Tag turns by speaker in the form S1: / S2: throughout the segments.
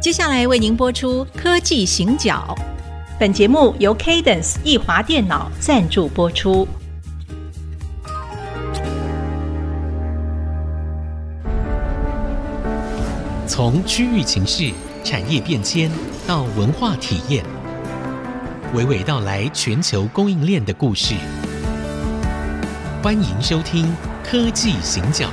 S1: 接下来为您播出《科技行脚》，
S2: 本节目由 Cadence 易华电脑赞助播出。
S3: 从区域情势、产业变迁到文化体验，娓娓道来全球供应链的故事。欢迎收听《科技行脚》。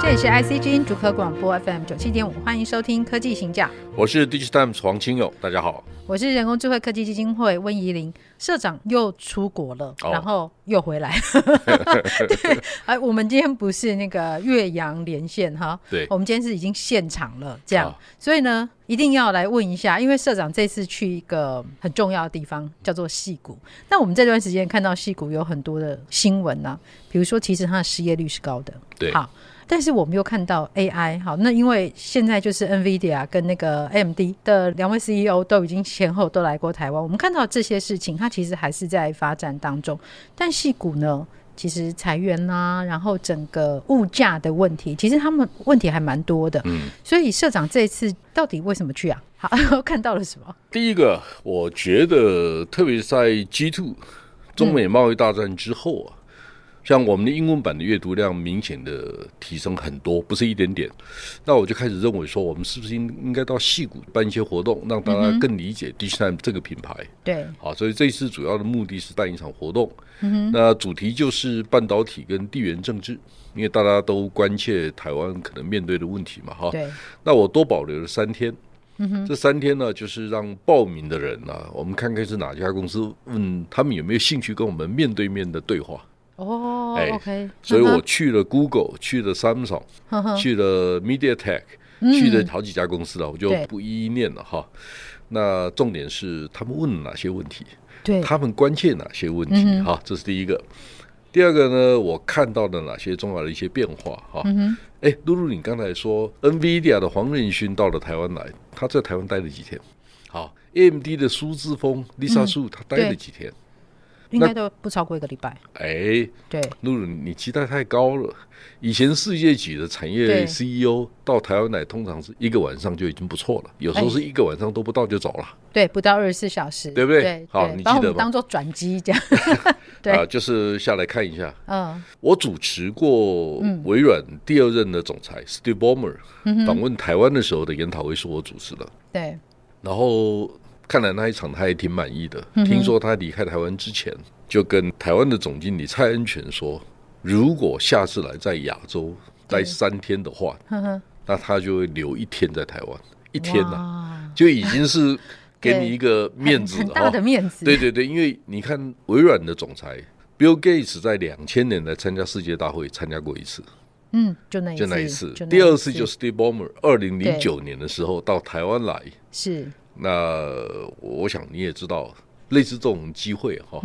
S4: 这里是 ICG 主科广播 FM 九七点五，欢迎收听科技行脚，
S5: 我是 Digitimes 黄清勇，大家好。
S4: 我是人工智慧科技基金会温怡玲社长，又出国了，
S5: 哦
S4: 然后又回 来。对，哎，我们今天不是那个岳阳连线哈，
S5: 对
S4: 我们今天是已经现场了，这样，
S5: 哦
S4: 所以呢，一定要来问一下，因为社长这次去一个很重要的地方，叫做戏谷。那我们这段时间看到戏谷有很多的新闻呐、比如说，其实它的失业率是高的，
S5: 对
S4: 好。但是我们又看到 AI，好，那因为现在就是 NVIDIA 跟那个 AMD 的两位 CEO 都已经先后都来过台湾，我们看到这些事情，它其实还是在发展当中。但戏股呢，其实裁员啦、然后整个物价的问题，其实他们问题还蛮多的。
S5: 嗯，
S4: 所以社长这一次到底为什么去啊？ 好，看到了什么？
S5: 第一个，我觉得特别在 G two 中美贸易大战之后啊，像我们的英文版的阅读量明显的提升很多，不是一点点。那我就开始认为说，我们是不是应应该到戏谷办一些活动，让大家更理解 Digitimes 这个品牌？
S4: 对，
S5: 好，所以这一次主要的目的是办一场活动，那主题就是半导体跟地缘政治，因为大家都关切台湾可能面对的问题嘛，哈。
S4: 对，
S5: 那我多保留了三天。这三天呢，就是让报名的人呢、我们看看是哪家公司，问他们有没有兴趣跟我们面对面的对话。
S4: 哦、
S5: 哎
S4: o k
S5: 所以我去了 Google，去了 Samsung，去
S4: 嗯
S5: 了 MediaTek，去了好几家公司了，啊我就
S4: 对
S5: 不一一念了哈。那重点是他们问了哪些问题，
S4: 对，嗯
S5: 他们关切哪些问题哈，这是第一个。第二个呢，我看到了哪些重要的一些变化哈。
S4: 嗯
S5: 哎，露露，你刚才说 NVIDIA 的黄仁勋到了台湾来，他在台湾待了几天？好，AMD 的苏志峰、Lisa
S4: 嗯
S5: 苏，他待了
S4: 对
S5: 几天？
S4: 应该都不超过一个礼拜。
S5: 哎，
S4: 对，
S5: 露露，你期待太高了。以前世界级的产业
S4: 对
S5: CEO 到台湾来，通常是一个晚上就已经不错了，有时
S4: 哎
S5: 候是一个晚上都不到就走了。
S4: 对，不到二十四小时，
S5: 对不对
S4: 对，
S5: 好
S4: 对
S5: 你
S4: 把我
S5: 记得
S4: 们
S5: 吧
S4: 当做转机这 样。对，
S5: 啊，就是下来看一下。
S4: 嗯，
S5: 我主持过微软第二任的总裁 Steve Ballmer
S4: 嗯
S5: 访问台湾的时候的研讨会是我主持的，
S4: 对，
S5: 然后看来那一场他也挺满意的。
S4: 嗯
S5: 听说他离开台湾之前，就跟台湾的总经理蔡恩泉说，如果下次来在亚洲待三天的话，
S4: 哼哼，
S5: 那他就会留一天在台湾，一天呐、
S4: 呐，
S5: 就已经是给
S4: 对
S5: 你一个面子哦
S4: 很
S5: 了
S4: 大的
S5: 哈。
S4: 面子，
S5: 对对对，因为你看微软的总裁 Bill Gates 在两千年来参加世界大会参加过一次。
S4: 嗯，就那一
S5: 就那一
S4: 次
S5: 次，，
S4: 就那
S5: 第二次就是 Steve Ballmer，二零零九年的时候到台湾来。
S4: 是
S5: 那我想你也知道，类似这种机会哈，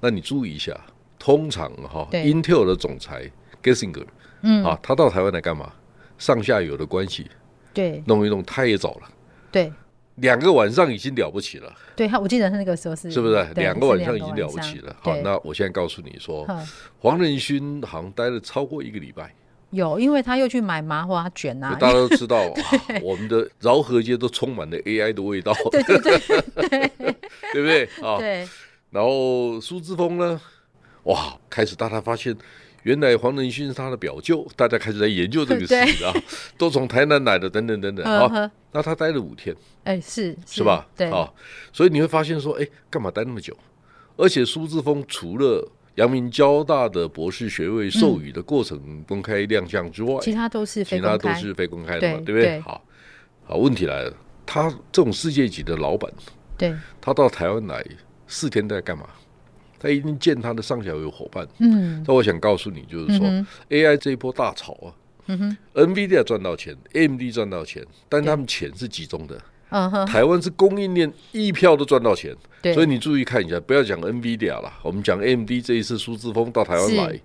S5: 那你注意一下，通常哈
S4: 嗯对
S5: ，Intel 的总裁 Gessinger，嗯，啊，他到台湾来干嘛？上下游的关系
S4: 对
S5: 弄一弄，他也走了。
S4: 对
S5: 两个晚上已经了不起了，
S4: 对，他我记得他那个时候是
S5: 是不是？
S4: 对
S5: 两
S4: 是
S5: 个晚上已经了不起了。好，
S4: 对
S5: 那我现在告诉你说，
S4: 嗯
S5: 黄仁勋好像待了超过一个礼拜。
S4: 有，因为他又去买麻花卷啊，
S5: 大家都知道，啊我们的饶河街都充满了 AI 的味道，对对对，对不对啊？
S4: 对
S5: 然后苏志峰呢，哇，开始大家发现，原来黄仁勋是他的表舅，大家开始在研究这个
S4: 对
S5: 事啊，都从台南来的，等 等等等
S4: 嗯
S5: 啊
S4: 哼。
S5: 那他待了五天，
S4: 哎是
S5: 是吧？
S4: 对
S5: 啊，所以你会发现说，哎，干嘛待那么久？而且苏志峰除了阳明交大的博士学位授予的过程公开亮相之外，
S4: 其他都是非
S5: 其
S4: 公
S5: 他都
S4: 开
S5: 是非公开的嘛，
S4: 对
S5: 对不对？
S4: 对
S5: 好，好，问题来了，他这种世界级的老板，
S4: 对，
S5: 他到台湾来四天在干嘛？他一定见他的上下游伙伴。
S4: 嗯，
S5: 那我想告诉你，就是说、
S4: 嗯
S5: AI 这一波大潮啊、n v i d i a 赚到钱，AMD 赚到钱，但
S4: 对
S5: 他们钱是集中的，
S4: 嗯哼，
S5: 台湾是供应链一票都赚到钱。
S4: 对，
S5: 所以你注意看一下，不要讲 NVIDIA 啦，我们讲 AMD 这一次苏志峰到台湾来
S4: 是，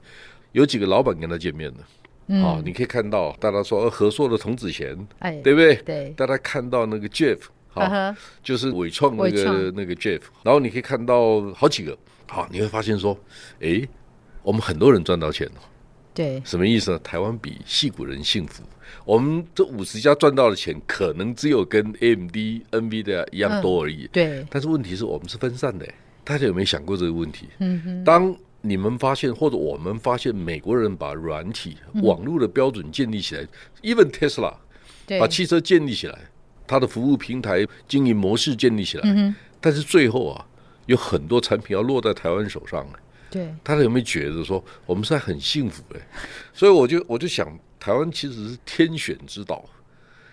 S5: 有几个老板跟他见面的。哦
S4: 嗯
S5: 啊，你可以看到，大家说呃和硕的童子贤，
S4: 哎
S5: 对不对？
S4: 对
S5: 大家看到那个 Jeff 好，
S4: 嗯哼
S5: 就是伟创那
S4: 伟
S5: 个
S4: 创
S5: 那个 Jeff，然后你可以看到好几个，好，你会发现说，诶，我们很多人赚到钱哦，
S4: 对，
S5: 什么意思呢？台湾比戏骨人幸福，我们这五十家赚到的钱，可能只有跟 AMD、NV 的一样多而已。
S4: 对，
S5: 但是问题是我们是分散的，大家有没有想过这个问题？
S4: 嗯哼，
S5: 当你们发现，或者我们发现，美国人把软体、
S4: 嗯
S5: 网络的标准建立起来，even Tesla
S4: 对
S5: 把，汽车建立起来，它的服务平台经营模式建立起来，
S4: 嗯哼，
S5: 但是最后啊，有很多产品要落在台湾手上啊
S4: 对，
S5: 大家有没有觉得说我们现在很幸福哎、所以我就我就想，台湾其实是天选之岛。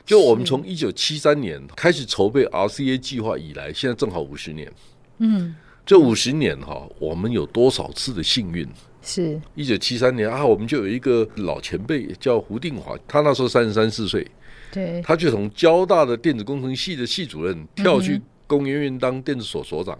S5: 就我们从一九七三年开始筹备 RCA 计划以来，现在正好五十年。
S4: 嗯，
S5: 这五十年哈、我们有多少次的幸运？
S4: 是，
S5: 一九七三年啊，我们就有一个老前辈叫胡定华，他那时候三十三四岁，
S4: 对，
S5: 他就从交大的电子工程系的系主任跳去工研院当电子所所长，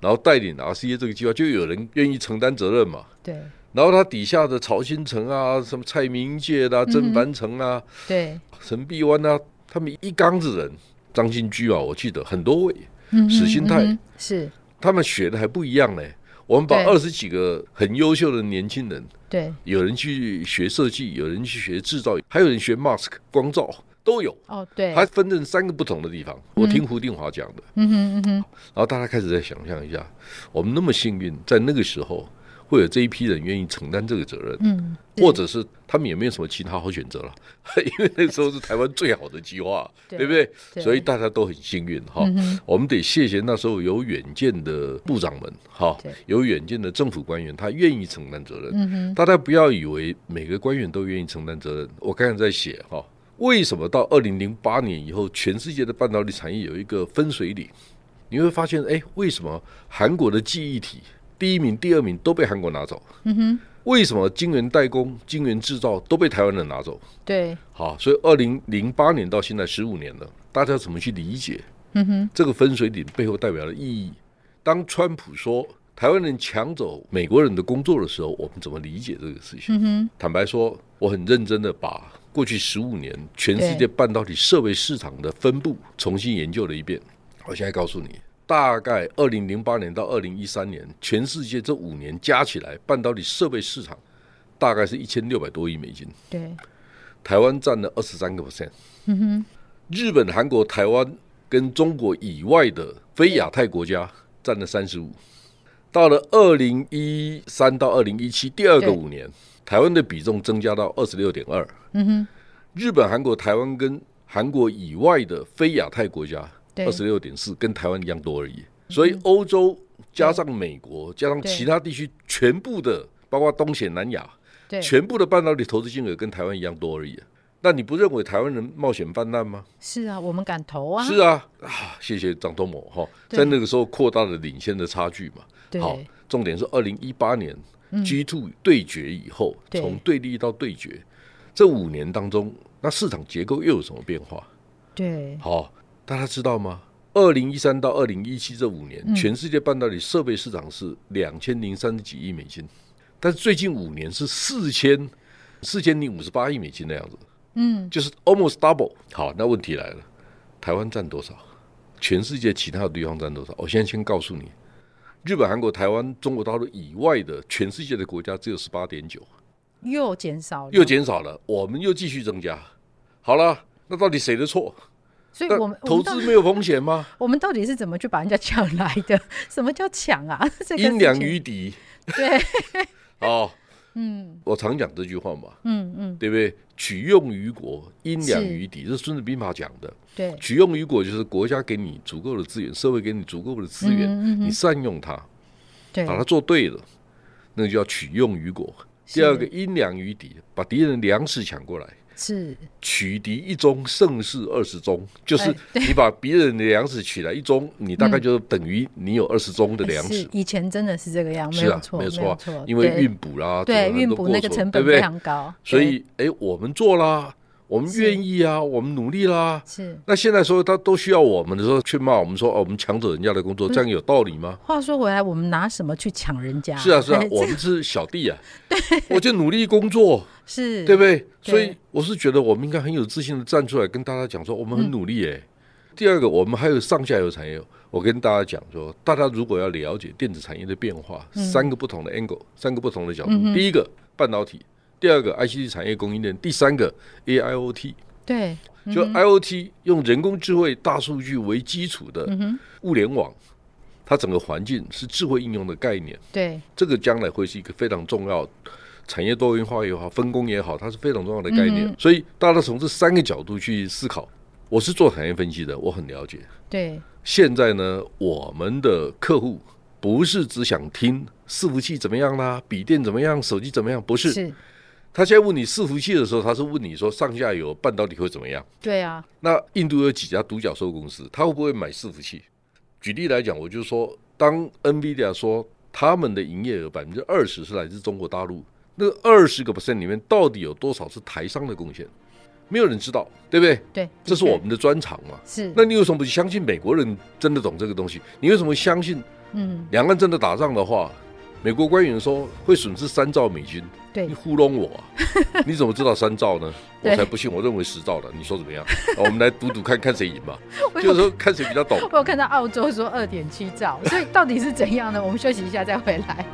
S5: 然后带领 RCA 这个计划，就有人愿意承担责任嘛。
S4: 对，
S5: 然后他底下的曹新成啊，什么蔡明介
S4: 嗯
S5: 啦、曾凡成啊、
S4: 对，
S5: 陈碧湾啊，他们一缸子人，张新居啊，我记得很多位，
S4: 嗯哼
S5: 史新泰
S4: 嗯哼是，
S5: 他们学的还不一样呢。我们把
S4: 对
S5: 二十几个很优秀的年轻人，
S4: 对，
S5: 有人去学设计，有人去学制造，还有人学 mask 光照，都有。
S4: 哦，对，
S5: 它分成三个不同的地方。我听胡定华讲的，
S4: 嗯哼，嗯哼，
S5: 然后大家开始在想象一下，我们那么幸运，在那个时候会有这一批人愿意承担这个责任。
S4: 嗯，
S5: 或者是他们也没有什么其他好选择了， 因为那时候是台湾最好的计划，
S4: 对
S5: 对不对？
S4: 对嗯
S5: 所以大家都很幸运哈。我们得谢谢那时候有远见的部长们哈
S4: 对，
S5: 有远见的政府官员，他愿意承担责任。
S4: 嗯哼，
S5: 大家不要以为每个官员都愿意承担责任。我刚才在写哈，为什么到二零零八年以后，全世界的半导体产业有一个分水岭？你会发现，哎，为什么韩国的记忆体第一名、第二名都被韩国拿走？
S4: 嗯哼，
S5: 为什么晶圆代工、晶圆制造都被台湾人拿走？
S4: 对，
S5: 好，所以二零零八年到现在十五年了，大家怎么去理解
S4: 嗯哼，
S5: 这个分水岭背后代表的意义？当川普说台湾人抢走美国人的工作的时候，我们怎么理解这个事情？
S4: 嗯哼，
S5: 坦白说，我很认真的把过去十五年全世
S4: 对
S5: 界半导体设备市场的分布重新研究了一遍。我现在告诉你，大概二零零八年到二零一三年，全世界这五年加起来，半导体设备市场大概是一千六百多亿美金，
S4: 对，
S5: 台湾占了二十三个 percent。
S4: 嗯哼，
S5: 日本、韩国、台湾跟中国以外的非亚太国家占了三十五。到了二零一三到二零一七第二个
S4: 对
S5: 五年，台湾的比重增加到二十六点二。
S4: 嗯哼，
S5: 日本、韩国、台湾跟韩国以外的非亚太国家
S4: 对嗯
S5: 二十六点四，跟台湾一样多而已。所以欧洲加上美国加上
S4: 对
S5: 其他地区，全部的包括东协、南亚，
S4: 对，
S5: 全部的半导体投资金额跟台湾一样多而已。啊那你不认为台湾人冒险泛滥吗？
S4: 是啊，我们敢投啊，
S5: 是啊，啊，谢谢张东某哈，
S4: 对
S5: 在那个时候扩大了领先的差距嘛。
S4: 对，嗯
S5: 好，重点是二零一八年 G two 对决以后，
S4: 对
S5: 从对立到对决，这五年当中，那市场结构又有什么变化？
S4: 对，
S5: 好，大家知道吗？二零一三到二零一七这五年，全世界半导体设备市场是两千零三十几亿美金，但是最近五年是四千四千零五十八亿美金那样子，
S4: 嗯，
S5: 就是 almost double。好，那问题来了，台湾占多少？全世界其他的地方占多少？我现在先告诉你，日本、韩国、台湾、中国大陆以外的全世界的国家只有十八点九，
S4: 又减少了，
S5: 又，减少了，我们又继续增加。好了，那到底谁的错？
S4: 所以
S5: 那
S4: 我们我
S5: 投
S4: 们到
S5: 资
S4: 底
S5: 没有风险吗？
S4: 我们到底是怎么去把人家抢来的？ 什么叫抢啊？ 这个
S5: 阴凉
S4: 事情
S5: 于敌
S4: 对，
S5: 哦，
S4: 嗯
S5: 我常讲这句话嘛，
S4: 嗯嗯，
S5: 对不对？取用于国，阴凉于敌，这是《孙子兵法》讲的。
S4: 对，
S5: 取用于国就是国家给你足够的资源，社会给你足够的资源，
S4: 嗯嗯嗯
S5: 你善用它，
S4: 对，
S5: 把它做对了，那就叫取用于国。第二个阴凉于敌，把敌人粮食抢过来，
S4: 是
S5: 取敌一中，胜事二十中，就是
S4: 哎对嗯
S5: 你把别人的粮食取来一中，你大概就等于你有二十中的粮食
S4: 是。以前真的是这个样，哦没
S5: 是
S4: 有
S5: 啊，
S4: 错，
S5: 没
S4: 没
S5: 有错啊
S4: 错，
S5: 因为
S4: 对
S5: 运补啦，
S4: 对
S5: 怎么
S4: 运
S5: 都
S4: 补
S5: 过
S4: 那个
S5: 错
S4: 成
S5: 啊对
S4: 本
S5: 不对
S4: 非常高，
S5: 所
S4: 对
S5: 以，哎，我们做啦，我们
S4: 是
S5: 愿意啊，我们努力啦。
S4: 是。
S5: 那现在说他都需要我们的时候，去骂我们说哦，我们抢走人家的工作，这样有道理吗？
S4: 话说回来，我们拿什么去抢人家？
S5: 是啊， 是啊
S4: 哎，
S5: 我们是小弟啊，我就努力工作，
S4: 是，
S5: 对不对？
S4: 对
S5: 所以我是觉得我们应该很有自信的站出来跟大家讲说，我们很努力哎。第二个，我们还有上下游产业。我跟大家讲说，大家如果要了解电子产业的变化，三个不同的 angle，三个不同的角度。第一个半导体，第二个 ICT 产业供应链，第三个 AIoT。
S4: 对，
S5: 就 IoT 用人工智慧、大数据为基础的物联网，它整个环境是智慧应用的概念，
S4: 对，
S5: 这个将来会是一个非常重要产业多元化也好，分工也好，它是非常重要的概念。所以大家从这三个角度去思考。我是做产业分析的，我很了解。
S4: 对，
S5: 现在呢，我们的客户不是只想听伺服器怎么样啦，笔电怎么样，手机怎么样，不是。
S4: 是，
S5: 他现在问你伺服器的时候，他是问你说上下游半导体会怎么样？
S4: 对啊，
S5: 那印度有几家独角兽公司，他会不会买伺服器？举例来讲，我就说，当 NVIDIA 说他们的营业额百分之二十是来自中国大陆，那二十个 percent 里面到底有多少是台商的贡献？没有人知道，对不对？
S4: 对，
S5: 这是我们的专长嘛。
S4: 是，
S5: 那你为什么不相信美国人真的懂这个东西？你为什么相信
S4: 嗯，
S5: 两岸真的打仗的话，美国官员说会损失三兆美金？
S4: 对
S5: 你，糊弄我、 啊，你怎么知道三兆呢？我
S4: 对
S5: 才不信，我认为十兆的，你说怎 么样？啊我们来赌赌看看谁赢吧，就是说看谁比较懂。
S4: 我有看到澳洲说二点七兆，所以到底是怎样呢？我们休息一下再回来。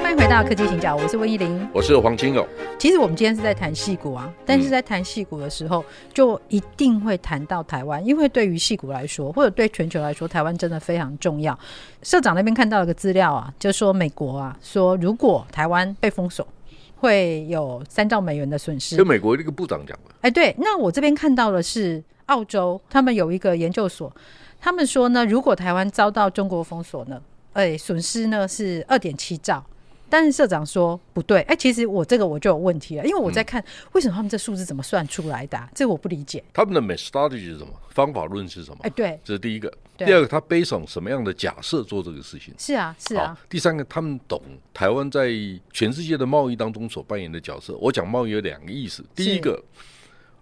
S4: 欢迎回到科技请讲，我是温依玲。
S5: 我是黄金 哦勇，
S4: 其实我们今天是在谈戏骨啊，但是在谈戏骨的时候，就一定会谈到台湾，因为对于戏骨来说，或者对全球来说，台湾真的非常重要。社长那边看到了个资料啊，就说美国啊，说如果台湾被封锁，会有三兆美元的损失
S5: 跟。美国那个部长讲的，
S4: 哎，对，那我这边看到的是澳洲，他们有一个研究所，他们说呢，如果台湾遭到中国封锁呢，哎，损失呢是二点七兆。但是社长说不对，哎，其实我这个我就有问题了，因为
S5: 嗯
S4: 我在看为什么他们这数字怎么算出来的啊、这我不理解。
S5: 他们的 methodology 是什么？方法论是什么
S4: 哎，？对，
S5: 这是第一个。
S4: 对
S5: 第二个，他 based on 什么样的假设做这个事情？
S4: 是啊，是
S5: 好
S4: 啊，，
S5: 第三个，他们懂台湾在全世界的贸易当中所扮演的角色。我讲贸易有两个意思，第一个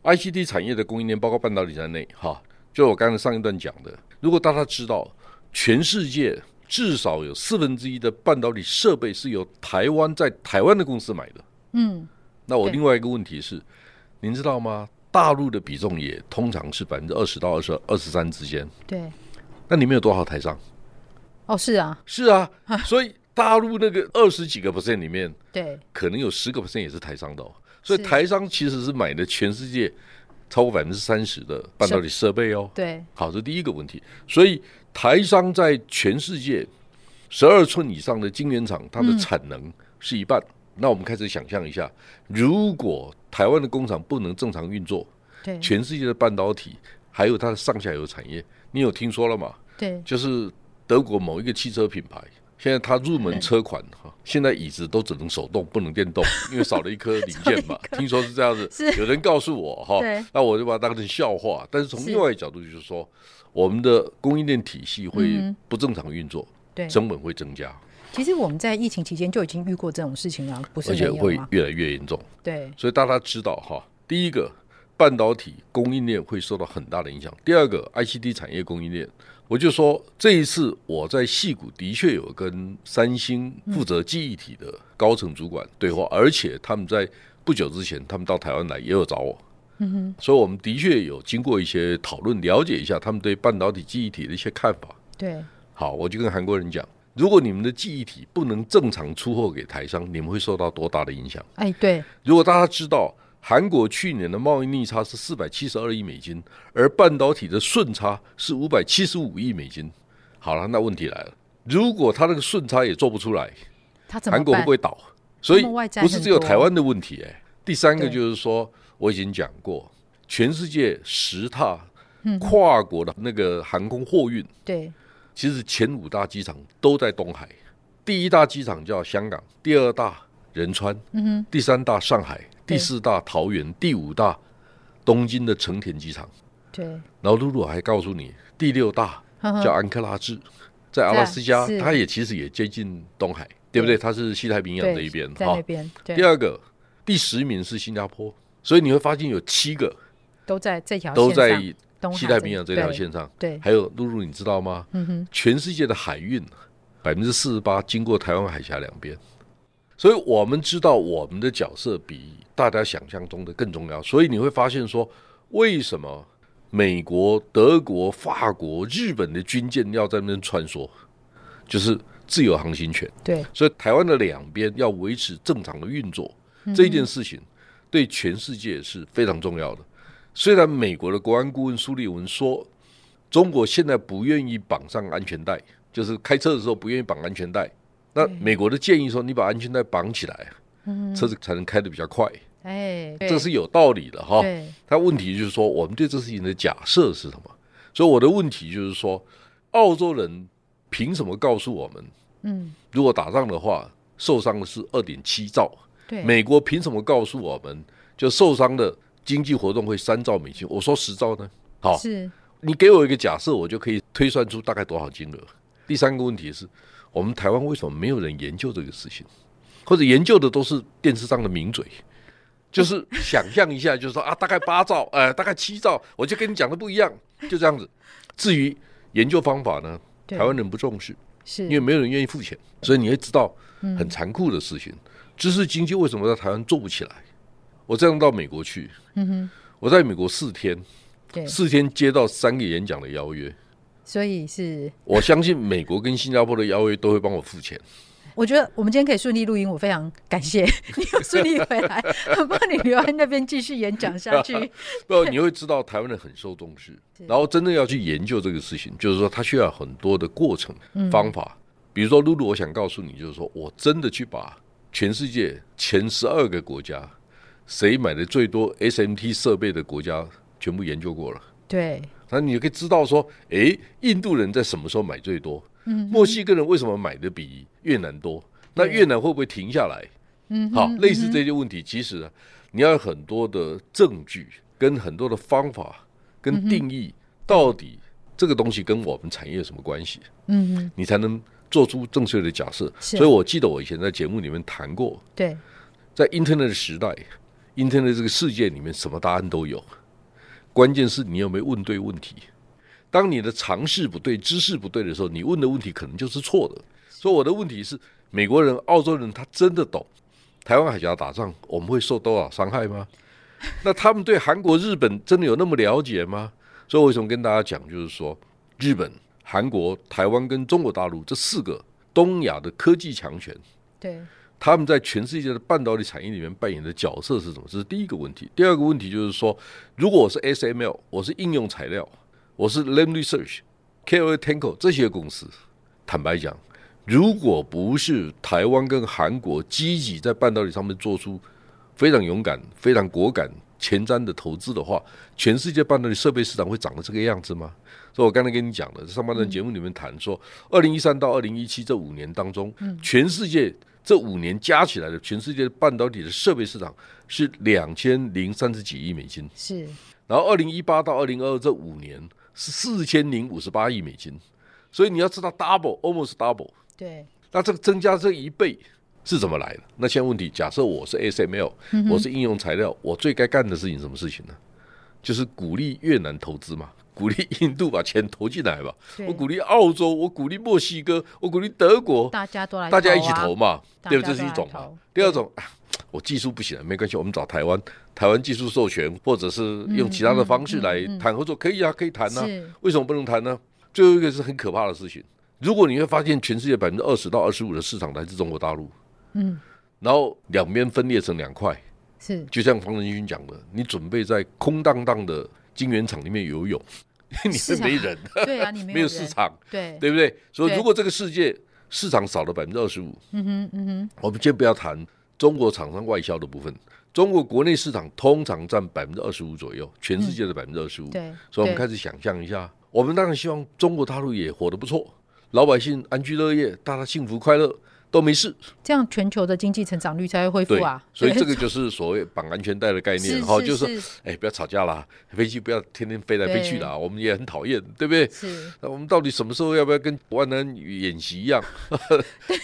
S5: ，ICT 产业的供应链包括半导体在内，哈，就我刚才上一段讲的，如果大家知道，全世界至少有四分之一的半导体设备是由台湾在台湾的公司买的，
S4: 嗯，
S5: 那我
S4: 对
S5: 另外一个问题是，您知道吗？大陆的比重也通常是百分之二十到二十二十三之间，
S4: 对，
S5: 那里面有多少台商？
S4: 哦，是啊，
S5: 是啊，所以大陆那个二十几个 percent 里面，
S4: 对，
S5: 可能有十个 percent 也是台商的、哦，所以
S4: 是
S5: 台商其实是买的全世界超过百分之三十的半导体设备哦。
S4: 对，
S5: 好，这第一个问题。所以台商在全世界十二寸以上的晶圆厂，它的产能是一半。那我们开始想象一下，如果台湾的工厂不能正常运作，
S4: 对，
S5: 全世界的半导体还有它的上下游产业，你有听说了吗？
S4: 对，
S5: 就是德国某一个汽车品牌，现在它入门车款哈，现在椅子都只能手动，不能 电动，因为少了一颗零件嘛。听说是这样子，
S4: 是
S5: 有人告诉我哈
S4: 对，
S5: 那我就把它当成笑话。但是从
S4: 是
S5: 另外一个角度，就是说，我们的供应链体系会不正常运作，
S4: 嗯对。
S5: 成本会增加，
S4: 其实我们在疫情期间就已经遇过这种事情了，不是
S5: 而
S4: 没
S5: 且
S4: 有啊
S5: 会
S4: 吗？
S5: 越来越严重。
S4: 对，
S5: 所以大家知道哈，第一个半导体供应链会受到很大的影响，第二个 ICT 产业供应链。我就说这一次我在戏谷的确有跟三星负责记忆体的高层主管对话，而且他们在不久之前他们到台湾来也有找我。嗯哼，所以我们的确有经过一些讨论，了解一下他们对半导体记忆体的一些看法。
S4: 对，
S5: 好，我就跟韩国人讲，如果你们的记忆体不能正常出货给台商，你们会受到多大的影响？
S4: 哎，对，
S5: 如果大家知道韩国去年的贸易逆差是四百七十二亿美金，而半导体的顺差是五百七十五亿美金，好了，那问题来了，如果他那个顺差也做不出来，
S4: 他怎么
S5: 韩国会
S4: 办
S5: 不？会倒？所以
S4: 他们外债
S5: 不是只有
S4: 很多
S5: 台湾的问题、哎，第三个
S4: 对
S5: 就是说，我已经讲过，全世界十大
S4: 嗯
S5: 跨国的那个航空货运，
S4: 对，
S5: 其实前五大机场都在东海，第一大机场叫香港，第二大仁川，嗯、第三大上海，
S4: 对
S5: 第四大桃园，第五大东京的成田机场。
S4: 对，
S5: 然后露露还告诉你，第六大
S4: 呵呵
S5: 叫安克拉治，在阿拉斯加
S4: 嗯是，
S5: 它也其实也接近东海，对不对？
S4: 对
S5: 它是西太平洋
S4: 对
S5: 这一边
S4: 在那边，
S5: 第
S4: 对，
S5: 二个，第十名是新加坡，所以你会发现有七个
S4: 都在这条
S5: 都
S4: 线
S5: 在
S4: 上，东海
S5: 西太平洋这条
S4: 对
S5: 线上，
S4: 对
S5: 还有露露，你知道吗？嗯哼，全世界的海运啊百分之四十八经过台湾海峡两边，所以我们知道我们的角色比大家想象中的更重要。所以你会发现说，为什么美国、德国、法国、日本的军舰要在那边穿梭，就是自由航行权。
S4: 对，
S5: 所以台湾的两边要维持正常的运作，
S4: 嗯
S5: 这件事情对全世界是非常重要的。虽然美国的国安顾问苏利文说，中国现在不愿意绑上安全带，就是开车的时候不愿意绑安全带。那美国的建议说，你把安全带绑起来，车子才能开得比较快，
S4: 哎，嗯对
S5: 这是哦有道理的哈。
S4: 对
S5: 他问题就是说，我们对这事情的假设是什么？所以我的问题就是说，澳洲人凭什么告诉我们，
S4: 嗯，
S5: 如果打仗的话，受伤的是二点七兆？
S4: 对，
S5: 美国凭什么告诉我们，就受伤的经济活动会三兆美金？我说十兆呢？好，
S4: 是
S5: 你给我一个假设，我就可以推算出大概多少金额。第三个问题是，我们台湾为什么没有人研究这个事情，或者研究的都是电视上的名嘴？就是想象一下，就是说啊，大概八兆， 呃，大概七兆，我就跟你讲的不一样，就这样子。至于研究方法呢，
S4: 对
S5: 台湾人不重视，
S4: 是，
S5: 因为没有人愿意付钱，所以你会知道很残酷的事情。知识经济为什么在台湾做不起来？我这样到美国去，
S4: 嗯哼，
S5: 我在美国四天，
S4: 对，
S5: 四天接到三个演讲的邀约，
S4: 所以是
S5: 我相信美国跟新加坡的邀约都会帮我付钱。
S4: 我觉得我们今天可以顺利录音，我非常感谢 你又顺利回来， 很怕你留在那边继续演讲下 去。
S5: 不，你会知道台湾人很受重视，然后真的要去研究这个事情，就是说它需要很多的过程、方法。比如说，露露，我想告诉你，就是说我真的去把全世界前十二个国家谁买的最多 SMT 设备的国家全部研究过了。
S4: 对，
S5: 那你就可以知道说，诶，印度人在什么时候买最多？
S4: 嗯
S5: 墨西哥人为什么买的比越南多？那越南会不会停下来？嗯，好，类似这些问题，其实啊你要有很多的证据，跟很多的方法，跟定义，到底这个东西跟我们产业有什么关系？
S4: 嗯哼，
S5: 你才能做出正确的假设。
S4: 是
S5: 所以我记得我以前在节目里面谈过，
S4: 对，
S5: 在 Internet 的时代，Internet 这个世界里面，什么答案都有，关键是你有没有问对问题。当你的常识不对、知识不对的时候，你问的问题可能就是错的。所以我的问题是，美国人、澳洲人他真的懂台湾海峡打仗，我们会受多少伤害吗？那他们对韩国、日本真的有那么了解吗？所以我为什么跟大家讲，就是说，日本、韩国、台湾跟中国大陆这四个东亚的科技强权，
S4: 对，
S5: 他们在全世界的半导体产业里面扮演的角色是什么？这是第一个问题。第二个问题就是说，如果我是 SML，我是应用材料，我是 Lam Research、KOA Tenko 这些公司，坦白讲，如果不是台湾跟韩国积极在半导体上面做出非常勇敢、非常果敢、前瞻的投资的话，全世界半导体设备市场会长得这个样子吗？所以我刚才跟你讲的，上半段节目里面谈说，二零一三到二零一七这五年当中，全世界这五年加起来的全世界半导体的设备市场是两千零三十几亿美金，
S4: 是，
S5: 然后二零一八到二零二这五年是四千零五十八亿美金，所以你要知道 double，almost double。
S4: 对，
S5: 那这个增加这一倍是怎么来的？那现在问题，假设我是 ASML，、我是应用材料，我最该干的事情是什么事情呢？就是鼓励越南投资嘛，鼓励印度把钱投进来吧，
S4: 对
S5: 我鼓励澳洲，我鼓励墨西哥，我鼓励德国，
S4: 大家都来、啊
S5: 大家一起投
S4: 嘛。
S5: 嘛，
S4: 大
S5: 对
S4: 家
S5: 吧？这是一种
S4: 都来
S5: 嘛
S4: 投。
S5: 第二种，啊我技术不行，没关系，我们找台湾，台湾技术授权，或者是用其他的方式来谈合作，可以啊，可以谈啊
S4: 是，
S5: 为什么不能谈呢？最后一个是很可怕的事情，如果你会发现全世界百分之二十到二十五的市场来自中国大陆，
S4: 嗯，
S5: 然后两边分裂成两块，
S4: 是，
S5: 就像方仁勋讲的，你准备在空荡荡的晶圆厂里面游泳， 你
S4: 是
S5: 会
S4: 啊
S5: 没人，
S4: 对 啊，你没
S5: 没有
S4: 有
S5: 市
S4: 人，
S5: 场，
S4: 对，
S5: 对不对？所以
S4: 对
S5: 如果这个世界市场少了百分之二十五，
S4: 嗯哼，嗯哼，
S5: 我们先不要谈中国厂商外销的部分，中国国内市场通常占百分之二十五左右，全世界的百分之二十五。
S4: 嗯对，
S5: 所以我
S4: 对
S5: 们开始想象一下，我们当然希望中国大陆也活得不错，老百姓安居乐业，大家幸福快乐都没事。
S4: 这样全球的经济成长率才会恢复啊。
S5: 所以
S4: 对
S5: 这个就是所谓绑安全带的概念
S4: 是
S5: 哈，
S4: 是
S5: 就是是哎，不要吵架啦，飞机不要天天飞来飞去啊
S4: 对
S5: 啦，我们也很讨厌，对不对？
S4: 是
S5: 那我们到底什么时候要不要跟万能演 习一样，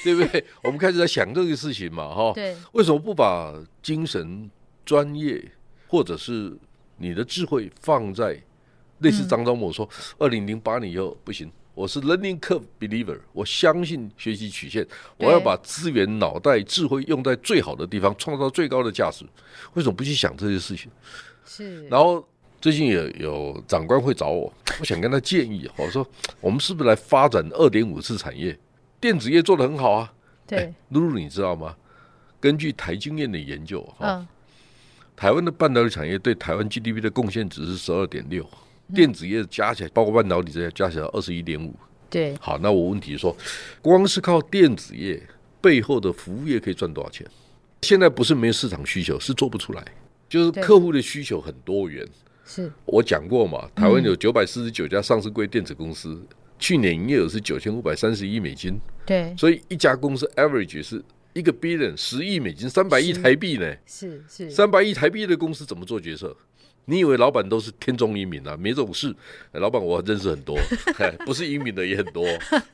S5: 对不对？我们开始在想这个事情嘛，哈。
S4: 对
S5: 为什么不把精神、专业或者是你的智慧放在类
S4: 嗯
S5: 似张忠谋说，二零零八年以后不行，我是 learning curve believer，我相信学习曲线，我
S4: 对
S5: 要把资源、脑袋、智慧用在最好的地方，创造最高的价值。为什么不去想这些事情？
S4: 是，
S5: 然后最近也有长官会找 我，我想跟他建议，我说我们是不是来发展二点五次产业？电子业做得很好啊，
S4: 对，
S5: 露露你知道吗？根据台经院的研究，哈、
S4: 嗯，
S5: 台湾的半导体产业对台湾 GDP 的贡献值是十二点六，
S4: 嗯
S5: 电子业加起来，包括半导体这些加起来二十一点五。
S4: 对，
S5: 好，那我问题说，光是靠电子业背后的服务业可以赚多少钱？现在不是没有市场需求，是做不出来，就是
S4: 对
S5: 客户的需求很多元。
S4: 是，
S5: 我讲过嘛，台湾有九百四十九家上市柜电子公司，去年营业额是九千五百三十亿美金，
S4: 对，
S5: 所以一家公司 average 是一个 billion 十亿美金，三百亿
S4: 是
S5: 台币呢。
S4: 是是，
S5: 三百亿台币的公司怎么做决策？你以为老板都是天纵英明啊？没这种事。呃老板我认识很多， 嘿不是英明的也很多。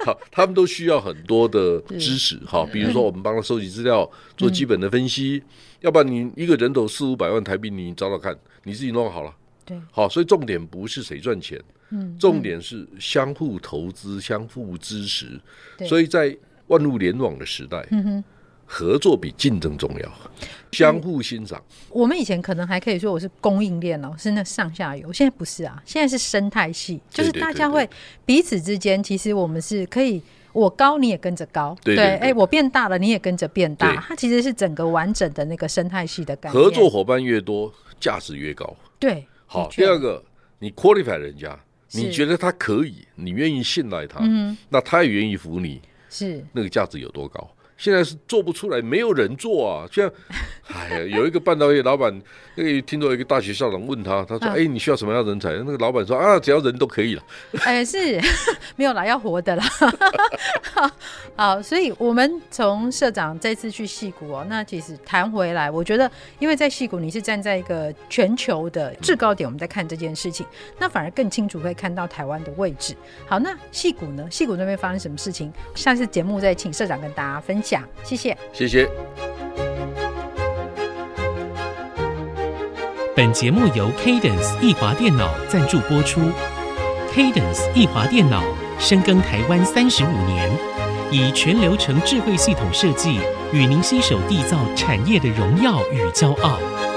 S5: 好，他们都需要很多的支持。好，比
S4: 嗯
S5: 如说我们帮他收集资料，做基本的分析。要不然你一个人头四五百万台币，你找找看，你自己弄好了。
S4: 对，
S5: 好，所以重点不是谁赚钱，
S4: 嗯，
S5: 重点是相互投资、相互支持。
S4: 对
S5: 所以在万物联网的时代，
S4: 嗯哼。
S5: 合作比竞争重要，相互欣赏。
S4: 我们以前可能还可以说我是供应链哦，是那上下游，现在不是啊，现在是生态系，就是
S5: 对对
S4: 大家
S5: 对
S4: 会彼此之间，其实我们是可以。我高你也跟着高，
S5: 对对对
S4: 哎，我变大了你也跟着变大
S5: 对，
S4: 它其实是整个完整的那个生态系的概念。
S5: 合作伙伴越多，价值越高。
S4: 对，
S5: 好，
S4: 的确
S5: 第二，个，你 qualify 人家，
S4: 是
S5: 你觉得他可以，你愿意信赖他，
S4: 嗯哼，
S5: 那他也愿意服你，
S4: 是
S5: 那个价值有多高？现在是做不出来，没有人做啊！像， 哎呀，有一个半导体老板，那个听到一个大学校长问他，他说：“
S4: 嗯
S5: 哎、你需要什么样的人才？”那个老板说：“啊，只要人都可以了。
S4: 哎，是 没有啦，要活的啦。 好，所以我们从社长这次去戏谷哦，那其实谈回来，我觉得因为在戏谷你是站在一个全球的制高点，我们在看这件事情，那反而更清楚会看到台湾的位置。好，那戏谷呢？戏谷那边发生什么事情？下次节目再请社长跟大家分享，谢谢。”
S5: 谢谢。
S3: 本节目由 Cadence 易华电脑赞助播出。Cadence 易华电脑深耕台湾三十五年，以全流程智慧系统设计，与您携手缔造产业的荣耀与骄傲。